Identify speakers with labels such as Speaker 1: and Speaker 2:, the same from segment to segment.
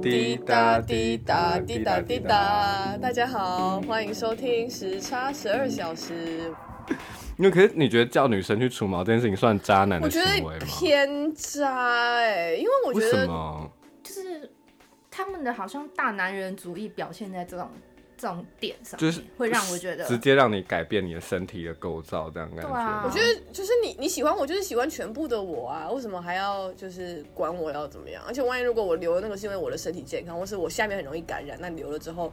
Speaker 1: 滴答滴答滴答滴答。大家好，欢迎收听时差十二小时。
Speaker 2: 因为可是你觉得叫女生去除毛这件事情算渣男
Speaker 1: 我
Speaker 2: 的
Speaker 1: 觉
Speaker 2: 行
Speaker 1: 得
Speaker 2: 为吗？
Speaker 1: 偏渣哎、因为我
Speaker 2: 为
Speaker 1: 觉
Speaker 2: 什
Speaker 1: 得
Speaker 2: 么？
Speaker 3: 就是他们的好像大男人主义表现在这种这种点上面，
Speaker 2: 就是
Speaker 3: 会让我觉得
Speaker 2: 直接让你改变你的身体的构造，这样感觉。
Speaker 3: 对啊
Speaker 1: 我觉得就是你你喜欢我，就是喜欢全部的我啊，为什么还要就是管我要怎么样？而且万一如果我留了那个是因为我的身体健康，或是我下面很容易感染，那留了之后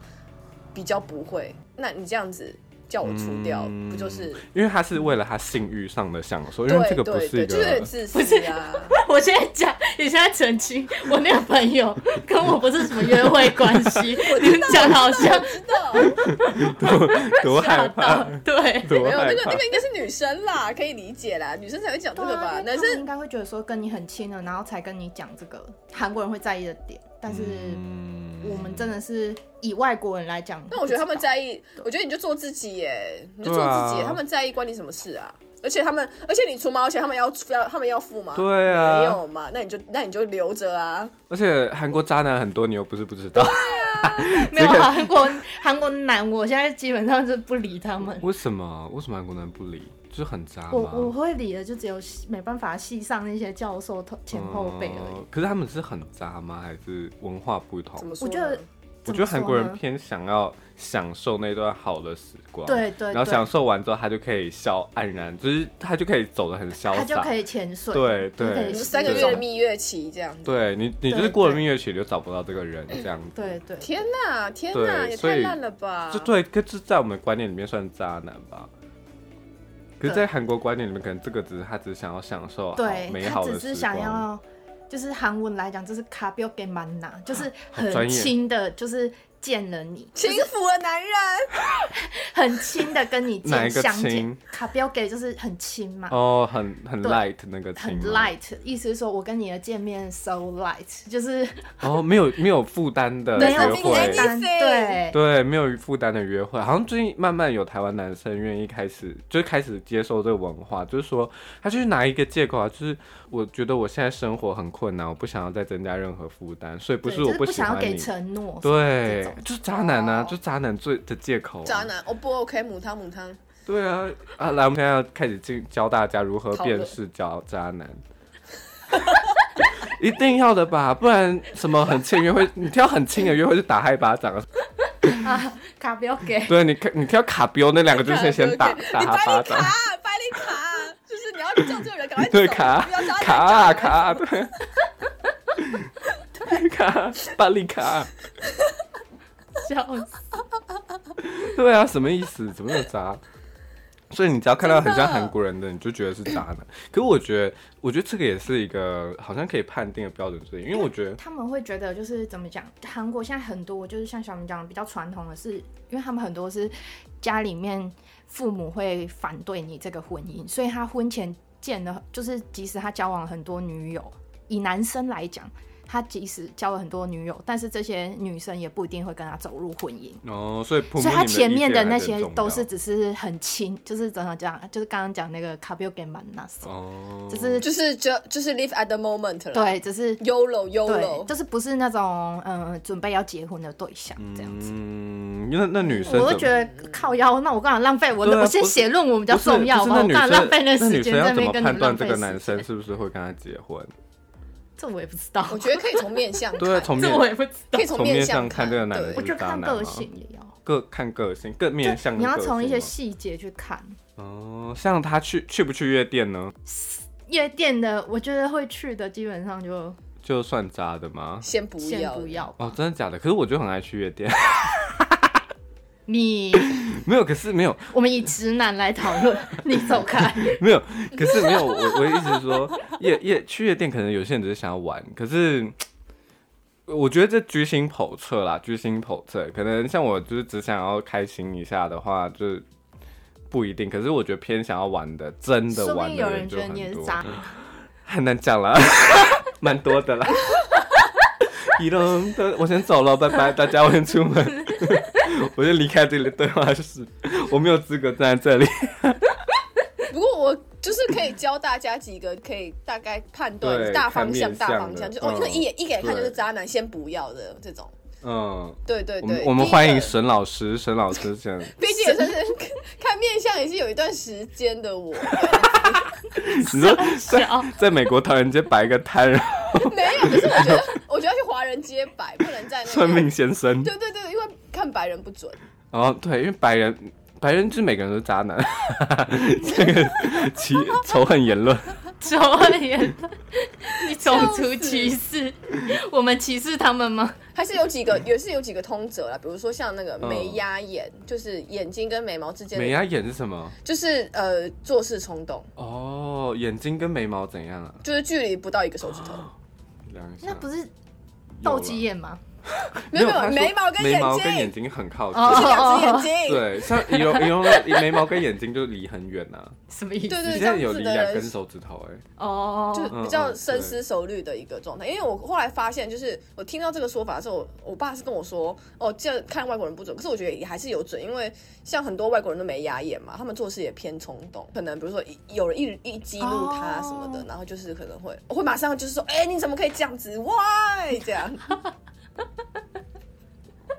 Speaker 1: 比较不会。那你这样子叫我除掉，
Speaker 2: 嗯
Speaker 1: 不就是
Speaker 2: 因为他是为了他性欲上的享受，因为这
Speaker 1: 对
Speaker 2: 个不是
Speaker 1: 对
Speaker 2: 一
Speaker 1: 对，
Speaker 2: 个
Speaker 1: 就是有点自私 啊。
Speaker 4: 我现在讲，你现在澄清，我那个朋友跟我不是什么约会关 系，你讲得好像
Speaker 1: 知道
Speaker 2: 多害
Speaker 4: 吓
Speaker 2: 怕
Speaker 4: 到，，对，
Speaker 2: 多
Speaker 1: 没有那
Speaker 2: 害
Speaker 1: 个
Speaker 2: 怕
Speaker 1: 那。个应该是女生啦， 可以理解啦，女生才会讲这
Speaker 3: 对
Speaker 1: 个吧，
Speaker 3: 啊，因为
Speaker 1: 男
Speaker 3: 他们
Speaker 1: 生
Speaker 3: 应该会觉得说跟你很亲了，然后才跟你讲这个韩国人会在意的点，但是
Speaker 2: 嗯
Speaker 3: 我们真的是以外国人来讲，
Speaker 1: 那我觉得他们
Speaker 3: 不知道
Speaker 1: 在意，我觉得你就做自己耶，你就做
Speaker 2: 对
Speaker 1: 自
Speaker 2: 啊
Speaker 1: 己耶，他们在意关你什么事啊？而且他们，而且你除毛钱，他们要要他们要付吗？
Speaker 2: 对
Speaker 1: 没
Speaker 2: 啊，
Speaker 1: 有嘛，那你就那你就留着啊。
Speaker 2: 而且韩国渣男很多，你又不是不知 道，
Speaker 4: 没有韩国韩国男，我现在基本上是不理他们。
Speaker 2: 为什么？为什么韩国男不理？就是很渣
Speaker 3: 我我
Speaker 2: 吗？
Speaker 3: 会理的就只有系没办法系上那些教授头前后辈而已。
Speaker 2: 嗯可是他们是很渣吗？还是文化不同
Speaker 1: 怎？么说
Speaker 3: 我
Speaker 1: 呢？
Speaker 3: 觉得
Speaker 2: 我觉得韩国
Speaker 3: 怎
Speaker 2: 人
Speaker 3: 么说呢
Speaker 2: 偏想要享受那段好的时光，
Speaker 3: 对对
Speaker 2: 然后
Speaker 3: 对
Speaker 2: 享受完之后，他就可以消黯然，就是他就可以走得很潇洒，
Speaker 3: 他就可以潜水，
Speaker 2: 对对
Speaker 3: 就可以
Speaker 1: 你们
Speaker 2: 哎是
Speaker 1: 三个
Speaker 2: 这
Speaker 1: 月的
Speaker 2: 种
Speaker 1: 蜜月期这样子。
Speaker 2: 对你，你就是
Speaker 3: 对
Speaker 2: 过了
Speaker 3: 对
Speaker 2: 蜜月期你就找不到这个人这样子，
Speaker 3: 对对，
Speaker 1: 天哪，天哪，
Speaker 2: 对
Speaker 1: 也
Speaker 2: 所
Speaker 1: 太
Speaker 2: 以
Speaker 1: 烂了吧！
Speaker 2: 就对，可是在我们的观念里面算渣男吧。可是，在韩国观念里面，可能这个只是他只是想要享受好
Speaker 3: 对
Speaker 2: 美
Speaker 3: 他
Speaker 2: 好的时
Speaker 3: 只
Speaker 2: 光，
Speaker 3: 是想要，就是韩文来讲，就是卡标给满拿，就是
Speaker 2: 啊好专
Speaker 3: 很
Speaker 2: 业
Speaker 3: 轻的，就是见了你，
Speaker 1: 轻浮的男人，
Speaker 3: 很轻的跟你
Speaker 2: 哪一
Speaker 3: 见
Speaker 2: 个
Speaker 3: 相
Speaker 2: 轻
Speaker 3: 见。卡标给就是很轻嘛，
Speaker 2: 哦，很很
Speaker 3: 对
Speaker 2: light 那个情
Speaker 3: 很
Speaker 2: 吗
Speaker 3: light，意思是说我跟你的见面 so light，就是
Speaker 2: 哦，没有没有负担的约
Speaker 1: 没有负担
Speaker 3: 哎
Speaker 2: 会，
Speaker 1: Anything
Speaker 3: 对。
Speaker 2: 对，没有负担的约会，好像最近慢慢有台湾男生愿意开始，就是开始接受这个文化，就是说他就是拿一个借口啊，就是我觉得我现在生活很困难，我不想要再增加任何负担，所以不
Speaker 3: 对
Speaker 2: 是
Speaker 3: 就
Speaker 2: 我
Speaker 3: 是不
Speaker 2: 喜
Speaker 3: 想要
Speaker 2: 欢
Speaker 3: 给
Speaker 2: 你，
Speaker 3: 承诺，
Speaker 2: 对
Speaker 3: 这种，
Speaker 2: 就是渣男啊，
Speaker 1: 哦
Speaker 2: 就渣男最的借口、啊，
Speaker 1: 渣，男，哦不 OK，母汤母汤，
Speaker 2: 对啊，啊，来，我们现在要开始进教大家如何
Speaker 1: 讨论
Speaker 2: 辨识渣渣 男。一定要的吧，不然什么很轻约会，你挑很轻的约会是打他一巴掌，啊
Speaker 3: 卡标给
Speaker 2: 对你看，你挑卡比欧那两个就是先 先打打
Speaker 1: 你
Speaker 2: 他巴
Speaker 1: 白领
Speaker 2: 掌，
Speaker 1: 卡，白领卡，就是你要叫这个人赶快走，
Speaker 2: 对卡
Speaker 1: 不要渣男
Speaker 2: 卡
Speaker 1: 渣
Speaker 2: 啊
Speaker 1: 男
Speaker 2: 卡啊，对，卡巴利卡，
Speaker 4: 笑死！
Speaker 2: 对啊，什么意思？怎么那么渣？所以你只要看到很像
Speaker 1: 真的
Speaker 2: 韩国人的，你就觉得是渣男。可我觉得，我觉得这个也是一个好像可以判定的标准之一，因为我觉得
Speaker 3: 他们会觉得就是怎么讲，韩国现在很多就是像小明讲的比较传统的是，因为他们很多是家里面父母会反对你这个婚姻，所以他婚前见了，就是即使他交往了很多女友，以男生来讲，他即使交了很多女友，但是这些女生也不一定会跟他走入婚姻。
Speaker 2: 哦，所以普
Speaker 3: 所以
Speaker 2: 姆
Speaker 3: 他
Speaker 2: 你的
Speaker 3: 前
Speaker 2: 意
Speaker 3: 面
Speaker 2: 见
Speaker 3: 的
Speaker 2: 还
Speaker 3: 那
Speaker 2: 很
Speaker 3: 些
Speaker 2: 重
Speaker 3: 都
Speaker 2: 要
Speaker 3: 是只是很轻，就是怎么讲，就是刚刚讲那个卡比奥给曼那时候，
Speaker 2: 哦，
Speaker 3: 就是
Speaker 1: 就是就就是 live at the moment 了，
Speaker 3: 对，只是
Speaker 1: ，YOLO
Speaker 3: 对，
Speaker 1: YOLO，
Speaker 3: 就是不是那种嗯、呃准备要结婚的对象这样子。
Speaker 2: 嗯，那那女生
Speaker 3: 我
Speaker 2: 怎
Speaker 3: 会
Speaker 2: 么
Speaker 3: 觉得靠腰，那我干嘛浪费我
Speaker 2: 对
Speaker 3: 的？
Speaker 2: 啊
Speaker 3: 我先
Speaker 2: 不是
Speaker 3: 写论文比较
Speaker 2: 不是
Speaker 3: 重要
Speaker 2: 不
Speaker 3: 吧，
Speaker 2: 是
Speaker 3: 我
Speaker 2: 女
Speaker 3: 干嘛
Speaker 2: 生
Speaker 3: 浪费那时
Speaker 2: 女生
Speaker 3: 间在
Speaker 2: 要
Speaker 3: 那
Speaker 2: 怎
Speaker 3: 边
Speaker 2: 么
Speaker 3: 跟
Speaker 2: 判
Speaker 3: 你
Speaker 2: 断
Speaker 3: 浪
Speaker 2: 这
Speaker 3: 费
Speaker 2: 个
Speaker 3: 时
Speaker 2: 男生
Speaker 3: 间？
Speaker 2: 是不是会跟她结婚？
Speaker 3: 这我也不知道，
Speaker 1: 我觉得可以从面相看，
Speaker 2: 对，啊 从面
Speaker 4: 这我也不知道
Speaker 1: 可以。从
Speaker 2: 从面
Speaker 1: 相
Speaker 2: 相看这个男的
Speaker 3: 我
Speaker 1: 对
Speaker 3: 觉得看
Speaker 2: 渣男吗
Speaker 3: 个性也要，
Speaker 2: 各看个性，各面
Speaker 3: 就
Speaker 2: 向的
Speaker 3: 你要
Speaker 2: 个
Speaker 3: 从一
Speaker 2: 性
Speaker 3: 些
Speaker 2: 吗
Speaker 3: 细节去看。
Speaker 2: 哦，像他去去不去夜店呢，
Speaker 3: 夜店的，我觉得会去的，基本上就
Speaker 2: 就算渣的吗？
Speaker 1: 先不
Speaker 3: 先
Speaker 1: 要，
Speaker 3: 不要。
Speaker 2: 哦，真的假的？可是我就很爱去夜店，
Speaker 3: 你，
Speaker 2: 没有，可是没有，
Speaker 3: 我们以直男来讨 论，你走开。
Speaker 2: 没有，可是没有，我我一直说夜夜去夜店，可能有些人只是想要玩，可是我觉得这居心叵测啦，居心叵测，可能像我就是只想要开心一下的话，就是不一定。可是我觉得偏想要玩的，真的
Speaker 3: 说不
Speaker 2: 玩
Speaker 3: 定
Speaker 2: 的
Speaker 3: 有人
Speaker 2: 就
Speaker 3: 觉得你也
Speaker 2: 很
Speaker 3: 是
Speaker 2: 多，
Speaker 3: 渣，
Speaker 2: 很难讲啦，蛮多的啦。一龙的，我先走了，拜拜，大家，我先出门， 我就离开这里的对话室，我没有资格站在这里。
Speaker 1: 不过我就是可以教大家几个可以大概判
Speaker 2: 对
Speaker 1: 断大方
Speaker 2: 看
Speaker 1: 向、
Speaker 2: 面
Speaker 1: 大
Speaker 2: 相
Speaker 1: 方
Speaker 2: 的
Speaker 1: 向，就哦，
Speaker 2: 嗯
Speaker 1: 那一眼一眼看就是
Speaker 2: 对
Speaker 1: 渣男，先不要的这种。
Speaker 2: 嗯，
Speaker 1: 对对
Speaker 2: 我们
Speaker 1: 对，
Speaker 2: 我们
Speaker 1: 第一
Speaker 2: 欢迎
Speaker 1: 个
Speaker 2: 沈老师，沈老师这 样，
Speaker 1: 毕竟也算是看面相也是有一段时间的我，
Speaker 2: 你说在
Speaker 1: 啊
Speaker 3: 哦
Speaker 4: 小
Speaker 2: 在美国唐人街摆一个摊，然后
Speaker 1: 没有，可是我觉得我觉得要去华人街摆，不能在那个
Speaker 2: 算命先生，
Speaker 1: 对对对，因为看白人不准，
Speaker 2: 哦，对，因为白人白人就是每个人都是渣男， 这个歧仇恨言论，
Speaker 4: 仇 恨言论，你种族歧视，我们歧视他们吗？
Speaker 1: 还是有几
Speaker 2: 嗯
Speaker 1: 个也是有几个通则啦，比如说像那个眉压眼，就是眼睛跟眉毛之间
Speaker 2: 美
Speaker 1: 的，
Speaker 2: 牙眼是什么？
Speaker 1: 就是呃做事冲动，
Speaker 2: 哦，眼睛跟眉毛怎样啊？
Speaker 1: 就是距离不到一个手指头，
Speaker 2: 哦量一下
Speaker 3: 那不是
Speaker 2: 有
Speaker 3: 斗
Speaker 2: 了
Speaker 3: 鸡眼吗？
Speaker 1: 没有没
Speaker 2: 他说
Speaker 1: 有眉毛跟
Speaker 2: 眉
Speaker 1: 眼
Speaker 2: 毛跟眼
Speaker 1: 睛，
Speaker 2: 睛很靠近。
Speaker 1: 不是
Speaker 4: 哦
Speaker 1: 两只眼睛，
Speaker 2: 对，像仪容仪容的眉毛跟眼睛就离很远啊。
Speaker 4: 什么意思？
Speaker 1: 对
Speaker 2: 你现
Speaker 1: 对，
Speaker 2: 在
Speaker 1: 这样
Speaker 2: 有
Speaker 1: 子
Speaker 2: 离
Speaker 1: 的
Speaker 2: 两根
Speaker 1: 人
Speaker 2: 手指头哎、
Speaker 4: 哦，
Speaker 1: 就是
Speaker 2: 嗯
Speaker 1: 比较
Speaker 2: 嗯
Speaker 1: 深
Speaker 2: 对
Speaker 1: 思熟虑的一个状态。因为我后来发现，就是我听到这个说法的时候，我我爸是跟我说，哦，这样看外国人不准，可是我觉得也还是有准，因为像很多外国人都没牙眼嘛，他们做事也偏冲动，可能比如说一有人一一激怒他什么的，
Speaker 3: 哦
Speaker 1: 然后就是可能会会马上就是说，哎、你怎么可以这样子？Why 这样？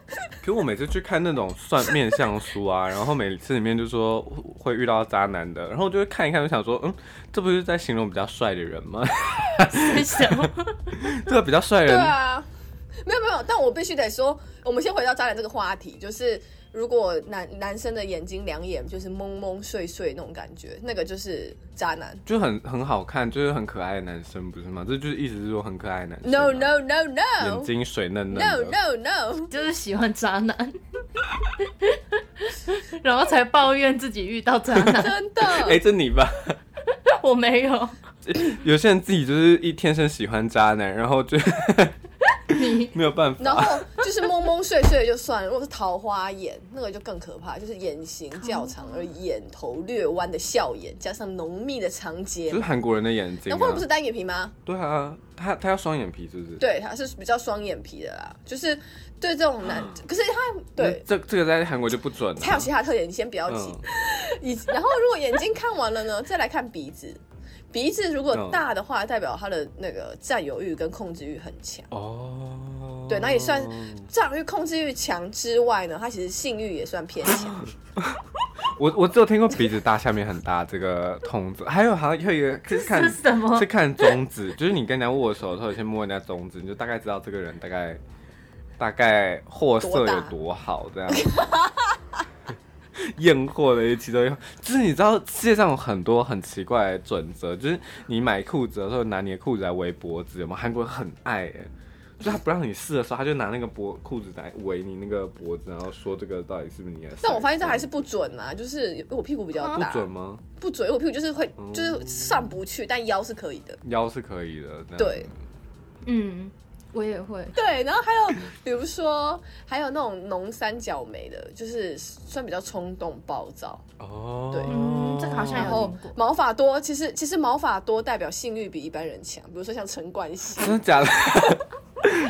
Speaker 2: 可是我每次去看那种算面相书啊，然后每次里面就说会遇到渣男的，然后我就会看一看，就想说，嗯，这不是在形容比较帅的人吗？
Speaker 4: 是什么？
Speaker 2: 这个比较帅的
Speaker 1: 对
Speaker 2: 人，
Speaker 1: 啊，没有没有，但我必须得说，我们先回到渣男这个话题，就是如果男男生的眼睛两眼就是蒙蒙睡睡那种感觉，那个就是渣男。
Speaker 2: 就很很好看，就是很可爱的男生，不是吗？这就是意思是说很可爱的男生、啊
Speaker 1: No no no
Speaker 2: 眼
Speaker 1: no
Speaker 2: 睛水嫩嫩
Speaker 1: no
Speaker 2: 的
Speaker 1: no no，
Speaker 4: 就是喜欢渣男， 然后才抱怨自己遇到渣 男。
Speaker 1: 真的。
Speaker 2: 哎、这你吧。
Speaker 4: 我没有，
Speaker 2: 有些人自己就是一天生喜欢渣男，然 后就 没有办
Speaker 1: 然
Speaker 2: 法。
Speaker 1: 后就是蒙蒙睡睡就算了，如果是桃花眼，那个就更可怕，就是眼型较长而眼头略弯的笑眼，加上浓密的长睫
Speaker 2: 就
Speaker 1: 毛
Speaker 2: 是。韩国人的眼睛、
Speaker 1: 男
Speaker 2: 啊
Speaker 1: 朋友，不是单眼皮吗？
Speaker 2: 对啊，他他要双眼皮是不是？，
Speaker 1: 对，他是比较双眼皮的啦，就是对这种
Speaker 2: 啊
Speaker 1: 男，可是他对。
Speaker 2: 这这个在韩国就不准了。
Speaker 1: 他有其他特点，你先不要急。
Speaker 2: 嗯，
Speaker 1: 以、然后如果眼睛看完了呢，再来看鼻子。鼻子如
Speaker 2: 嗯
Speaker 1: 果大的话，代表他的那个占有欲跟控制欲很强。
Speaker 2: 哦，
Speaker 1: 对那也算占有欲、控制欲强之外呢，他其实性欲也算偏
Speaker 2: 啊
Speaker 1: 强。
Speaker 2: 我我只有听过鼻子大，下面很大这个筒子，还有好像还有一个是看
Speaker 4: 这是什么
Speaker 2: 是看中指，就是你跟人家握手的时候，先摸人家中指，你就大概知道这个人大概大概货色
Speaker 1: 多大
Speaker 2: 有多好这样。 验货的一期都有，就是你知道世界上有很多很奇怪的准则，就是你买裤子的时候拿你的裤子来围脖子，有吗？韩国人很爱耶、就是他不让你试的时候，他就拿那个脖裤子来围你那个脖子，然后说这个到底是不是你的 size。
Speaker 1: 但我发现这还是不准啊，就是因为我屁股比较
Speaker 2: 不
Speaker 1: 大，
Speaker 2: 准嗯吗？
Speaker 1: 不准因为我屁股就是会就是上不去，但腰是可以的。
Speaker 2: 腰是可以的，这样
Speaker 1: 对
Speaker 3: 嗯，我也会。
Speaker 1: 对，然 后还有比如说还有那种浓三角眉的，就是算比较冲动暴躁，
Speaker 2: 哦，
Speaker 1: 对
Speaker 3: 嗯这个好像
Speaker 1: 然
Speaker 3: 有
Speaker 1: 后
Speaker 3: 听过
Speaker 1: 毛发多，其实其实毛发多代表性欲比一般人强，比如说像陈冠希，
Speaker 2: 真的假的？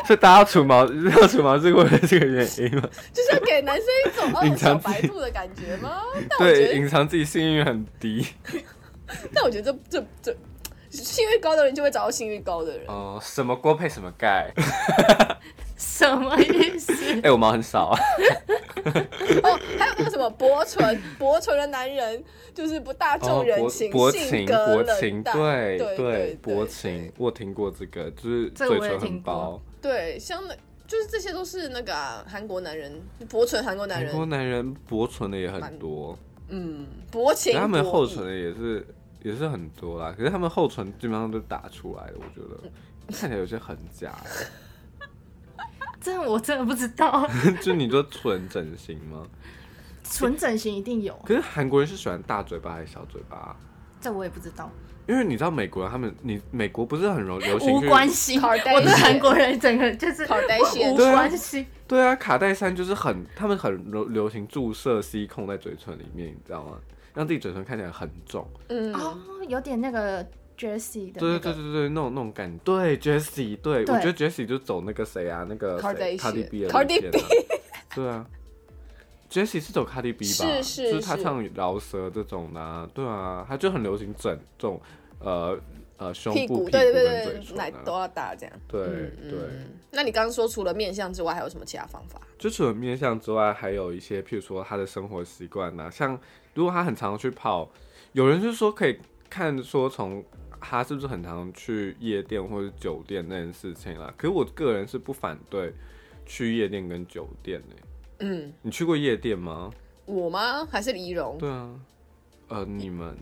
Speaker 2: 所以大家除毛要除毛是为了这个原因吗？
Speaker 1: 就是要给男生一种
Speaker 2: 隐
Speaker 1: 哦小
Speaker 2: 藏自己
Speaker 1: 白兔的感觉吗？ 但我
Speaker 2: 对，
Speaker 1: 觉得
Speaker 2: 隐藏自己性欲很低
Speaker 1: 但我觉得这这这性欲高的人就会找到性欲高的人。
Speaker 2: 哦、什么锅配什么盖？
Speaker 4: 什么意 思？
Speaker 2: 哎、我毛很少啊，
Speaker 1: 哦，还有那个什么薄唇，薄唇的男人就是不大 众人情，
Speaker 2: 哦薄薄
Speaker 1: 性
Speaker 2: 情
Speaker 1: 格
Speaker 2: 薄
Speaker 1: 冷
Speaker 2: 情，
Speaker 1: 淡，
Speaker 2: 对
Speaker 1: 对
Speaker 2: 对薄
Speaker 1: 对
Speaker 2: 情，我听过这个，就是
Speaker 3: 这个
Speaker 2: 嘴
Speaker 3: 我也
Speaker 2: 唇
Speaker 3: 听
Speaker 2: 很
Speaker 3: 过
Speaker 2: 薄。
Speaker 1: 对，像那就是这些都是那个啊韩、国男人，薄唇韩国男
Speaker 2: 韩国
Speaker 1: 人，
Speaker 2: 男人薄唇的也很
Speaker 1: 蛮
Speaker 2: 多，
Speaker 1: 嗯，薄
Speaker 2: 可
Speaker 1: 情
Speaker 2: 是
Speaker 1: 薄
Speaker 2: 他
Speaker 1: 义，
Speaker 2: 们厚唇的也是也是很多啦，可是他们厚唇基本上都打出来的，我觉
Speaker 1: 嗯
Speaker 2: 得看起来有些很假。
Speaker 4: 这我真的不知道。
Speaker 2: 就你说纯整形吗？
Speaker 3: 纯整形一定有，
Speaker 2: 可是韩国人是喜欢大嘴巴还是小嘴巴啊、
Speaker 3: 这我也不知道。
Speaker 2: 因为你知道美国人他们，你美国不是很容流行
Speaker 4: 无
Speaker 2: 去
Speaker 4: 关系，我
Speaker 1: Kardashian
Speaker 4: 对韩国人整个就是无
Speaker 1: Kardashian
Speaker 4: 关系。
Speaker 2: 对啊，卡戴珊就是很他们很流流行注射吸控在嘴唇里面，你知道吗？让自己嘴唇看起来很重。
Speaker 1: 嗯，
Speaker 3: 哦，有点那个 Jersey 的、那
Speaker 2: 对
Speaker 3: 个，
Speaker 2: 对对对对，那种那种感觉。对，Jessie，对
Speaker 3: 对
Speaker 2: 我觉得 Jessie 就走那个谁啊，那个谁
Speaker 1: Kardashian
Speaker 2: 啊 Cardi B 的路
Speaker 1: Cardi
Speaker 2: 线啊对啊， Jessie 是走 Cardi B 吧？
Speaker 1: 是是
Speaker 2: 就是他
Speaker 1: 是
Speaker 2: 唱饶舌这种的、啊，对啊，他就很流行整这种呃呃胸
Speaker 1: 屁
Speaker 2: 部、
Speaker 1: 股
Speaker 2: 屁
Speaker 1: 对对
Speaker 2: 跟嘴
Speaker 1: 对对，
Speaker 2: 唇
Speaker 1: 奶
Speaker 2: 啊
Speaker 1: 都要打这样。
Speaker 2: 对
Speaker 1: 嗯
Speaker 2: 对，
Speaker 1: 那你刚刚说除了面相之外，还有什么其他方法？
Speaker 2: 就除了面相之外，还有一些，譬如说他的生活习惯呐，像如果他很常去跑，有人就说可以看说从他是不是很常去夜店或者酒店那件事情啦。可是我个人是不反对去夜店跟酒店的、
Speaker 1: 嗯，
Speaker 2: 你去过夜店吗？
Speaker 1: 我吗？还是仪容？
Speaker 2: 对啊，呃，你们，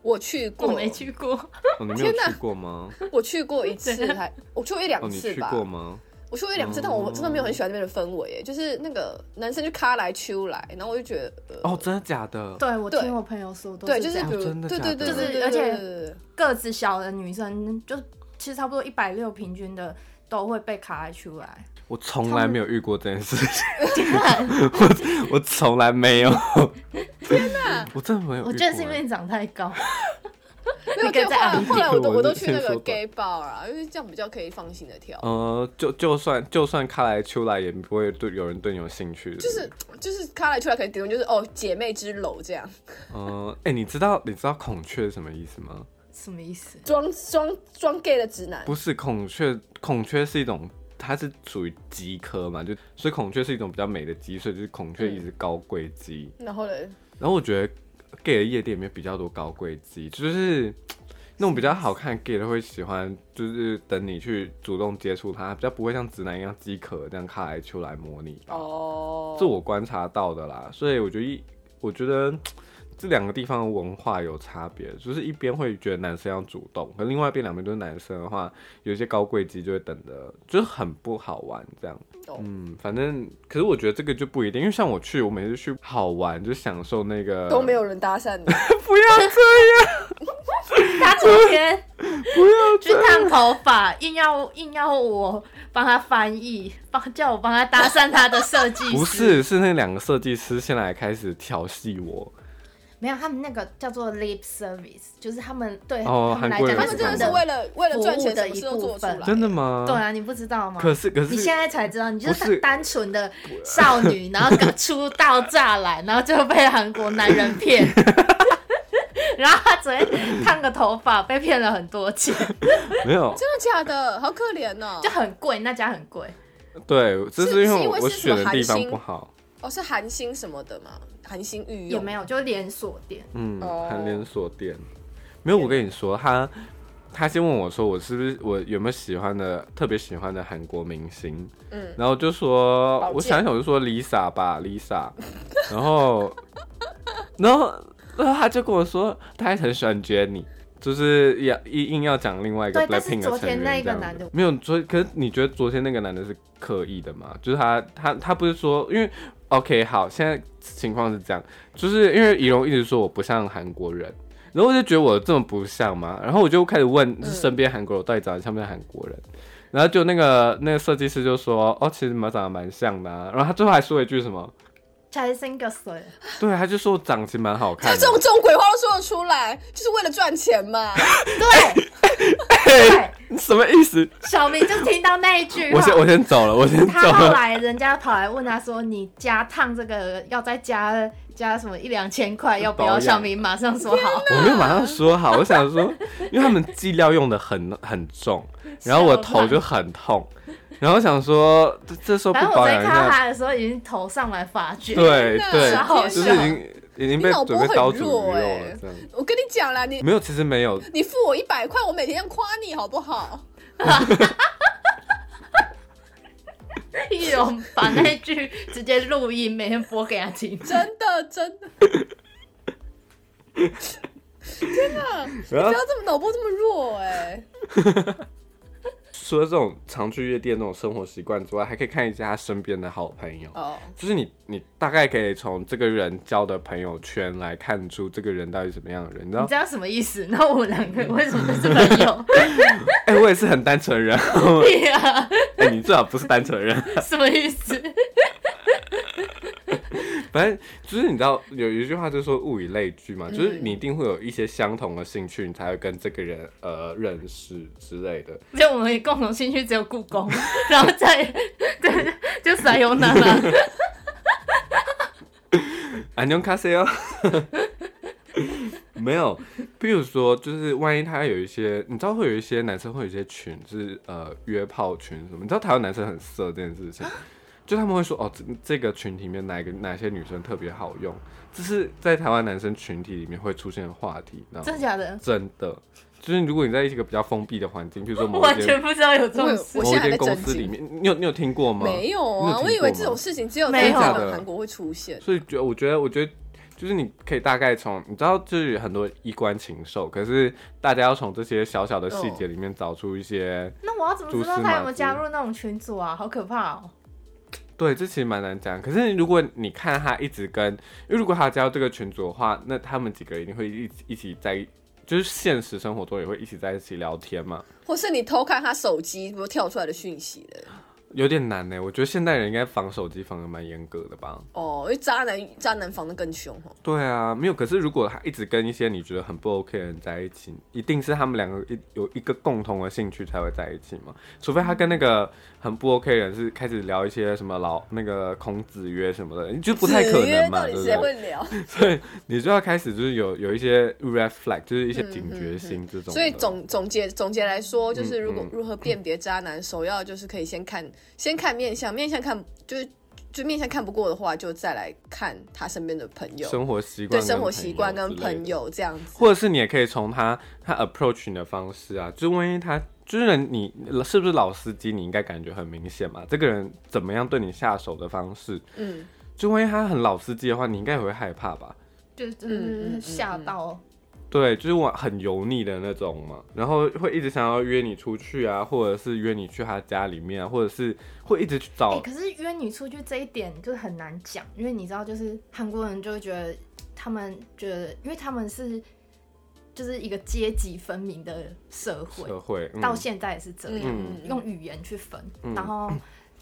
Speaker 1: 我去过，
Speaker 4: 我没，去过，
Speaker 2: 哦、你没有
Speaker 1: 天哪
Speaker 2: 去过 吗？
Speaker 1: 我去过一 次还，我去过一
Speaker 2: 哦，
Speaker 1: 两
Speaker 2: 你
Speaker 1: 次
Speaker 2: 去
Speaker 1: 吧。
Speaker 2: 过吗？
Speaker 1: 我去过一两次，但我真的没有很喜欢那边的氛围耶，就是那个男生就咖来秋来，然后我就觉得，呃
Speaker 2: 哦，真的假的？
Speaker 3: 对我
Speaker 1: 对
Speaker 3: 听我朋友说都
Speaker 1: 对，
Speaker 3: 是
Speaker 1: 就
Speaker 3: 这
Speaker 1: 是
Speaker 3: 样
Speaker 1: 比如
Speaker 2: 哦真的
Speaker 1: 对
Speaker 2: 假
Speaker 1: 对
Speaker 2: 的
Speaker 1: 对，
Speaker 3: 就是
Speaker 1: 对
Speaker 3: 而且
Speaker 1: 对对对对
Speaker 3: 个子小的女生，就其实差不多一百六平均的都会被卡来出来。
Speaker 2: 我从来没有遇过这件事情， 我我从来没有。天哪！我真的没有遇过欸。
Speaker 4: 我觉得是因为你长太高。
Speaker 1: 没有，
Speaker 4: 你可以
Speaker 1: 对后
Speaker 4: 再
Speaker 1: 来
Speaker 4: 按
Speaker 1: 后来我都
Speaker 2: 我
Speaker 1: 我都
Speaker 2: 是
Speaker 1: 去那
Speaker 2: 先
Speaker 1: 个
Speaker 2: 说
Speaker 1: gay bar 啊，因为这样比较可以放心的跳。
Speaker 2: 呃，就就算就算看来出来，也不会对有人对你有兴趣。就
Speaker 1: 就是就是咖来秋来，可能顶多就是哦姐妹之楼这样，
Speaker 2: 呃，哎、你知道你知道孔雀是什么意思吗？
Speaker 3: 什么意思？
Speaker 1: 装装装 gay 的直男。
Speaker 2: 不是孔雀，孔雀是一种，它是属于鸡科嘛，就所以孔雀是一种比较美的鸡，所以就是孔雀一只高贵鸡。
Speaker 1: 然后呢，
Speaker 2: 然后我觉得 gay 的夜店里面比较多高贵鸡，就是那种比较好看的 gay 都会喜欢，就是等你去主动接触他，比较不会像直男一样饥渴这样卡来出来摸你吧。
Speaker 1: 哦，
Speaker 2: 这我观察到的啦，所以我觉得一，我觉得这两个地方的文化有差别，就是一边会觉得男生要主动，可是另外一边两边都是男生的话，有一些高贵鸡就会等的，就是很不好玩这样。
Speaker 1: 懂
Speaker 2: 嗯，反正可是我觉得这个就不一定，因为像我去，我每次去好玩就享受那个
Speaker 1: 都没有人搭讪你，
Speaker 4: 他昨天去烫头发，硬要硬要我帮他翻译，帮叫我帮他搭讪他的设计师。
Speaker 2: 不，是，是那两个设计师先来开始调戏我。
Speaker 3: 没有，他们那个叫做 lip service，就是他们对、
Speaker 2: 哦
Speaker 3: 他们来
Speaker 2: 韩国人
Speaker 3: 讲，
Speaker 1: 他们真的
Speaker 2: 懂
Speaker 1: 是为了为了赚
Speaker 3: 服务
Speaker 1: 钱，
Speaker 3: 的
Speaker 1: 什么
Speaker 3: 一
Speaker 1: 事都
Speaker 3: 部
Speaker 1: 做出
Speaker 3: 分
Speaker 1: 来。
Speaker 2: 真的吗？
Speaker 3: 对啊，你不知道吗？
Speaker 2: 可是可是
Speaker 4: 你现在才知道，你就
Speaker 2: 不是呃
Speaker 4: 是单纯的少 女，然后刚出道乍来，然后就被韩国男人骗。 然后他昨天烫个头发，被骗了很多钱，
Speaker 2: 没有，
Speaker 1: 真的假的？好可怜哦
Speaker 4: 就！很贵，那家很贵。
Speaker 2: 对，这
Speaker 1: 是
Speaker 2: 是因
Speaker 1: 是
Speaker 2: 为
Speaker 1: 因
Speaker 2: 我
Speaker 1: 为
Speaker 2: 我
Speaker 1: 是什么
Speaker 2: 选的
Speaker 1: 韩
Speaker 2: 地方
Speaker 1: 星
Speaker 2: 不好，
Speaker 1: 哦，是韩星什么的嘛？韩星御用
Speaker 3: 也没有，就是连锁店。
Speaker 2: 嗯，
Speaker 1: 哦
Speaker 2: 韩连锁店。没有，我跟你说，他他先问我说，我是不是我有没有喜欢的特别喜欢的韩国明星？
Speaker 1: 嗯，
Speaker 2: 然后就说
Speaker 1: 宝，
Speaker 2: 我
Speaker 1: 剑
Speaker 2: 想一想，我就说 Lisa 吧，Lisa。然后， 然后，然 后他就跟我说，他也很喜欢 Jenny，就是要硬硬要讲另外一个
Speaker 3: 对但是
Speaker 2: Blackpink 的
Speaker 3: 昨
Speaker 2: 成
Speaker 3: 天
Speaker 2: 员
Speaker 3: 那一
Speaker 2: 这
Speaker 3: 个
Speaker 2: 样
Speaker 3: 男
Speaker 2: 子
Speaker 3: 的
Speaker 2: 没有，昨可是你觉得昨天那个男的是刻意的吗？就是他他他不是说，因为 OK 好，现在情况是这样，就是因为仪容一直说我不像韩国人。然后我就觉得我这么不像嘛，然后我就开始问
Speaker 3: 嗯
Speaker 2: 就是身边韩国人，我到底长得像不像韩国人？然后就那个那个设计师就说，哦，其实蛮长得蛮像的、啊。然后他最后还说一句什么？
Speaker 3: 才生个水，
Speaker 2: 对，他就说我长其实蛮好看
Speaker 1: 他
Speaker 2: 的。
Speaker 1: 这种这种鬼话都说得出来，就是为了赚钱 嘛。
Speaker 4: 对，
Speaker 2: 嘿什么意思？
Speaker 3: 小明就听到那一 句
Speaker 2: 我
Speaker 3: 话
Speaker 2: 先。我先走了，我先走
Speaker 3: 他后
Speaker 2: 了。
Speaker 3: 来人家跑来问他说：“你加烫这个要再加加什么一两千块，要不
Speaker 2: 保
Speaker 3: 要？”
Speaker 2: 养
Speaker 3: 小明马上说好。
Speaker 2: 我没有马上说好，我想说，因为他们剂量用的很很重，然后我头就很痛，然后想说这这时候
Speaker 4: 反
Speaker 2: 不
Speaker 4: 正我昨
Speaker 2: 保
Speaker 4: 天
Speaker 2: 养一
Speaker 4: 看到
Speaker 2: 下，
Speaker 4: 他的时候，已经头上来发卷。
Speaker 2: 对
Speaker 1: 天哪
Speaker 2: 对，
Speaker 1: 天
Speaker 2: 就是已
Speaker 1: 哪
Speaker 2: 经已经被
Speaker 1: 你脑
Speaker 2: 准
Speaker 1: 波
Speaker 2: 备
Speaker 1: 很
Speaker 2: 刀俎鱼
Speaker 1: 弱
Speaker 2: 肉
Speaker 1: 欸
Speaker 2: 了，这样。
Speaker 1: 我跟你讲啦，你
Speaker 2: 没有，其实没有，
Speaker 1: 你付我一百块，我每天这样夸你好不好？
Speaker 4: 易容把那句直接录音，每天播给他听。
Speaker 1: 真的真的，
Speaker 2: 然
Speaker 1: 不
Speaker 2: 后
Speaker 1: 要这么脑波这么弱哎、
Speaker 2: 除了这种常去夜店那种生活习惯之外，还可以看一下他身边的好朋友。
Speaker 1: 哦，
Speaker 2: 就是你，你大概可以从这个人交的朋友圈来看出这个人到底什么样的人，你知道
Speaker 4: 你知？道什么意思？那我们两个为什么是朋友？
Speaker 2: 哎、我也是很单纯的人，
Speaker 4: 对呀，
Speaker 2: 哎、你最好不是单纯的人。
Speaker 4: 什么意思？
Speaker 2: 反正就是你知道有一句话就是说物以类聚嘛，就是你一定会有一些相同的兴趣，你才会跟这个人呃认识之类的。
Speaker 4: 就我们共同兴趣只有故宫， 然后再对，就撒有那了。
Speaker 2: 안녕하세요。没有，比如说，就是万一他有一些，你知道会有一些男生会有一些群是呃约炮群什么，你知道台湾男生很色这件事情，就他们会说哦这这个群体里面哪一个哪些女生特别好用，这是在台湾男生群体里面会出现的话题，你知道
Speaker 4: 真
Speaker 2: 吗
Speaker 4: 的假的？
Speaker 2: 真的。就是如果你在一个比较封闭的环境，比如说
Speaker 4: 我
Speaker 2: 某一
Speaker 4: 完
Speaker 2: 间
Speaker 4: 全不知道有这种
Speaker 1: 我
Speaker 4: 事。
Speaker 2: 某
Speaker 1: 现
Speaker 2: 一
Speaker 1: 在
Speaker 2: 间
Speaker 1: 还在
Speaker 2: 公
Speaker 1: 震
Speaker 2: 司里
Speaker 1: 惊
Speaker 2: 面，你有你有听过吗？
Speaker 1: 没有
Speaker 2: 你有
Speaker 1: 啊，
Speaker 2: 听
Speaker 1: 我以
Speaker 2: 过
Speaker 1: 为这
Speaker 2: 吗
Speaker 1: 种事情只有
Speaker 4: 没
Speaker 1: 在
Speaker 4: 有
Speaker 1: 日
Speaker 2: 的
Speaker 1: 本、韩国会出现。
Speaker 2: 所以觉我觉得，我觉得就是你可以大概从你知道，就是有很多衣冠禽兽，可是大家要从这些小小的细节里面找出一些，
Speaker 3: 哦
Speaker 4: 那我要怎么知道他有没有加入那种群组啊？好可怕哦！
Speaker 2: 对，这其实蛮难讲。可是如果你看他一直跟，因为如果他加入这个群组的话，那他们几个一定会一起一起在，就是现实生活中也会一起在一起聊天嘛，
Speaker 1: 或是你偷看他手机，不是跳出来的讯息了？
Speaker 2: 有点难呢、我觉得现代人应该防手机防的蛮严格的吧。
Speaker 1: 哦，因为渣男渣男防的更凶哦。
Speaker 2: 对啊，没有。可是如果他一直跟一些你觉得很不 OK 的人在一起，一定是他们两个一有一个共同的兴趣才会在一起嘛。除非他跟那
Speaker 1: 嗯
Speaker 2: 个很不 OK 的人是开始聊一些什么老那个孔子曰什么的，就不太可
Speaker 1: 子曰
Speaker 2: 能嘛，
Speaker 1: 到
Speaker 2: 对
Speaker 1: 底
Speaker 2: 不
Speaker 1: 谁
Speaker 2: 对？
Speaker 1: 会聊？
Speaker 2: 你就要开始就是有有一些 red flag，就是一些警觉心这种的。
Speaker 1: 嗯所以总总结总结来说，就是如果
Speaker 2: 嗯
Speaker 1: 如何辨别渣男，首要就是可以先看先看面相，面相看就是就面相看不过的话，就再来看他身边的朋友，
Speaker 2: 生活习
Speaker 1: 对
Speaker 2: 惯、
Speaker 1: 生活习惯跟朋
Speaker 2: 友。
Speaker 1: 友这样子。
Speaker 2: 或者是你也可以从他他 approach 你的方式啊，就是万一他就是人你是不是老司机，你应该感觉很明显嘛。这个人怎么样对你下手的方式，
Speaker 1: 嗯，
Speaker 2: 就万一他很老司机的话，你应该也会害怕吧？
Speaker 4: 就就
Speaker 1: 嗯嗯
Speaker 4: 是
Speaker 1: 嗯
Speaker 4: 吓到，哦
Speaker 2: 对，就是我很油腻的那种嘛，然后会一直想要约你出去啊，或者是约你去他家里面啊，或者是会一直去
Speaker 3: 哎、
Speaker 2: 找。
Speaker 3: 可是约你出去这一点就是很难讲，因为你知道，就是韩国人就会觉得他们觉得，因为他们是就是一个阶级分明的社会，
Speaker 2: 社会、嗯、
Speaker 3: 到现在也是这样，
Speaker 2: 嗯
Speaker 3: 用语言去分，
Speaker 2: 嗯
Speaker 3: 然后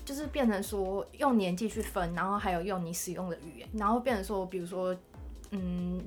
Speaker 3: 就是变成说用年纪去分，然后还有用你使用的语言，然后变成说，比如说，嗯，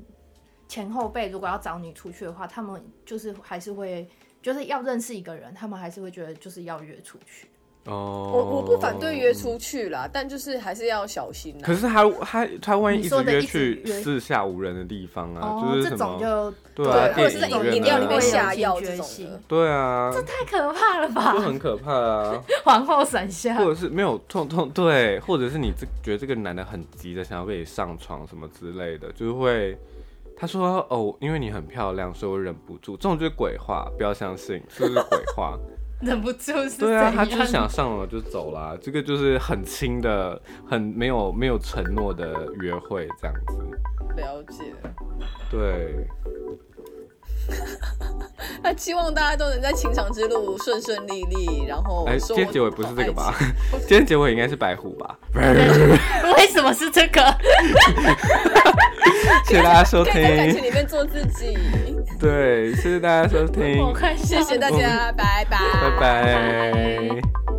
Speaker 3: 前后辈如果要找你出去的话，他们就是还是会。就是要认识一个人，他们还是会觉得就是要约出去。
Speaker 2: 哦，
Speaker 1: 我我不反对约出去啦，但就是还是要小心啊啦
Speaker 2: 可。是他他他万一一
Speaker 3: 你
Speaker 2: 直
Speaker 3: 说的
Speaker 2: 约
Speaker 3: 一直
Speaker 2: 去
Speaker 3: 约
Speaker 2: 四下无人的地方啊，
Speaker 3: 哦，
Speaker 2: 就是
Speaker 3: 这
Speaker 2: 什
Speaker 3: 种
Speaker 2: 么
Speaker 3: 就
Speaker 2: 对啊，
Speaker 1: 对或
Speaker 2: 电
Speaker 1: 者是
Speaker 2: 影
Speaker 1: 那种
Speaker 2: 院
Speaker 1: 饮料
Speaker 2: 啊
Speaker 1: 里面下药
Speaker 3: 会
Speaker 1: 这
Speaker 3: 有警
Speaker 1: 种
Speaker 3: 觉性
Speaker 1: 的，
Speaker 2: 对啊，
Speaker 3: 太可怕了吧
Speaker 2: 就！很可怕啊，
Speaker 3: 皇后伞下
Speaker 2: 或，者是没有痛痛对，或者是你这觉得这个男的很急着想要跟你上床什么之类的，就是会他说哦，因为你很漂亮，所以我忍不住，这种就是鬼话，不要相信，这就是鬼 话。
Speaker 4: 忍不住是
Speaker 2: 对啊，
Speaker 4: 怎
Speaker 2: 他就是
Speaker 4: 样
Speaker 2: 想 上了就走啦，这个就是很轻的、很没有没有承诺的约会这样子。
Speaker 1: 了解。
Speaker 2: 对，
Speaker 1: 那希望大家都能在情场之路顺顺利利，然后
Speaker 2: 哎，今
Speaker 1: 收
Speaker 2: 天
Speaker 1: 获
Speaker 2: 结尾不是这个吧
Speaker 1: 好爱情？？
Speaker 2: 今天结尾应该是白虎 吧？
Speaker 4: 为什么是这 个？
Speaker 2: 谢谢大家收
Speaker 1: 可以在感情
Speaker 2: 听，
Speaker 1: 里面做自己。
Speaker 2: 对，谢谢大家收听
Speaker 4: 我。快
Speaker 2: 嗯
Speaker 1: 谢谢大家，拜拜，
Speaker 2: 拜拜。